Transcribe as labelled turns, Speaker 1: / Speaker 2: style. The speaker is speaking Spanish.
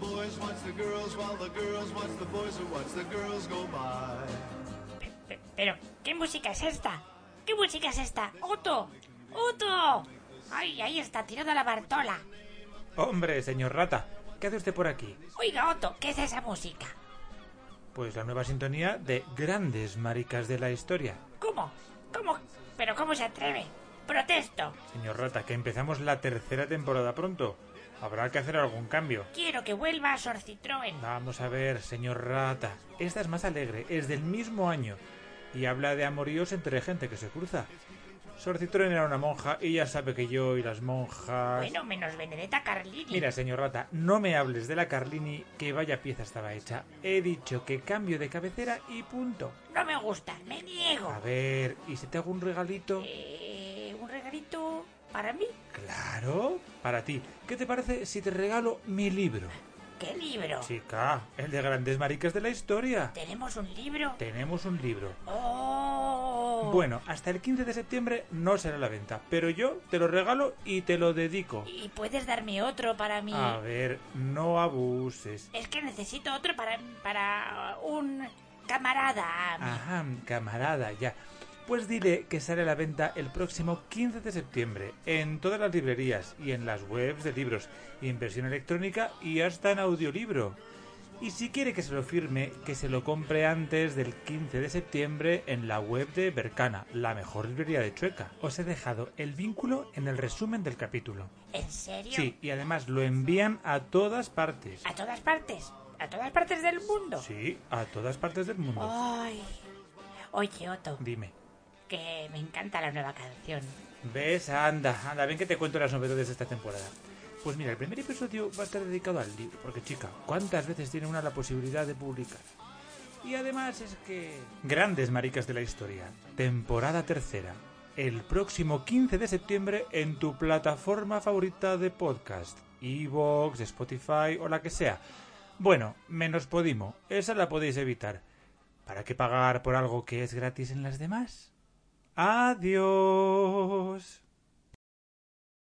Speaker 1: boys watch the girls while the girls watch the boys or watch the girls go by.
Speaker 2: Pe- Pero, ¿qué música es esta? ¿Qué música es esta? ¡Otto! ¡Otto! ¡Ay, ahí está, tirando la bartola!
Speaker 3: Hombre, señor Rata, ¿qué hace usted por aquí?
Speaker 2: Oiga, Otto, ¿qué es esa música?
Speaker 3: Pues la nueva sintonía de grandes maricas de la historia.
Speaker 2: ¿Cómo? ¿Cómo? ¿Pero cómo se atreve? ¡Protesto!
Speaker 3: Señor Rata, que empezamos la tercera temporada pronto. Habrá que hacer algún cambio.
Speaker 2: Quiero que vuelva a Sor Citroën.
Speaker 3: Vamos a ver, señor Rata. Esta es más alegre, es del mismo año. Y habla de amoríos entre gente que se cruza. Sor Citroën era una monja y ya sabe que yo y las monjas...
Speaker 2: Bueno, menos Benedetta Carlini.
Speaker 3: Mira, señor Rata, no me hables de la Carlini, que vaya pieza estaba hecha. He dicho que cambio de cabecera y punto.
Speaker 2: No me gusta, me niego.
Speaker 3: A ver, ¿y si te hago un regalito?
Speaker 2: Eh, ¿Un regalito para mí?
Speaker 3: Claro, para ti. ¿Qué te parece si te regalo mi libro?
Speaker 2: ¿Qué libro?
Speaker 3: Chica, el de grandes maricas de la historia.
Speaker 2: ¿Tenemos un libro?
Speaker 3: Tenemos un libro.
Speaker 2: ¡Oh!
Speaker 3: Bueno, hasta el 15 de septiembre no será a la venta, pero yo te lo regalo y te lo dedico.
Speaker 2: ¿Y puedes darme otro para mí?
Speaker 3: A ver, no abuses.
Speaker 2: Es que necesito otro para, para un camarada.
Speaker 3: Ajá, camarada, ya. Pues dile que sale a la venta el próximo 15 de septiembre en todas las librerías y en las webs de libros, y en versión electrónica y hasta en audiolibro. Y si quiere que se lo firme, que se lo compre antes del 15 de septiembre en la web de Bercana, la mejor librería de Chueca. Os he dejado el vínculo en el resumen del capítulo.
Speaker 2: ¿En serio?
Speaker 3: Sí, y además lo envían a todas partes.
Speaker 2: ¿A todas partes? ¿A todas partes del mundo?
Speaker 3: Sí, a todas partes del
Speaker 2: Oh.
Speaker 3: mundo.
Speaker 2: Ay. Oye, Otto,
Speaker 3: Dime.
Speaker 2: que me encanta la nueva canción.
Speaker 3: ¿Ves? Anda, anda, ven que te cuento las novedades de esta temporada. Pues mira, el primer episodio va a estar dedicado al libro, porque chica, ¿cuántas veces tiene una la posibilidad de publicar? Y además es que... Grandes maricas de la historia, temporada tercera, el próximo 15 de septiembre en tu plataforma favorita de podcast, Evox, Spotify o la que sea. Bueno, menos Podimo, esa la podéis evitar. ¿Para qué pagar por algo que es gratis en las demás? Adiós.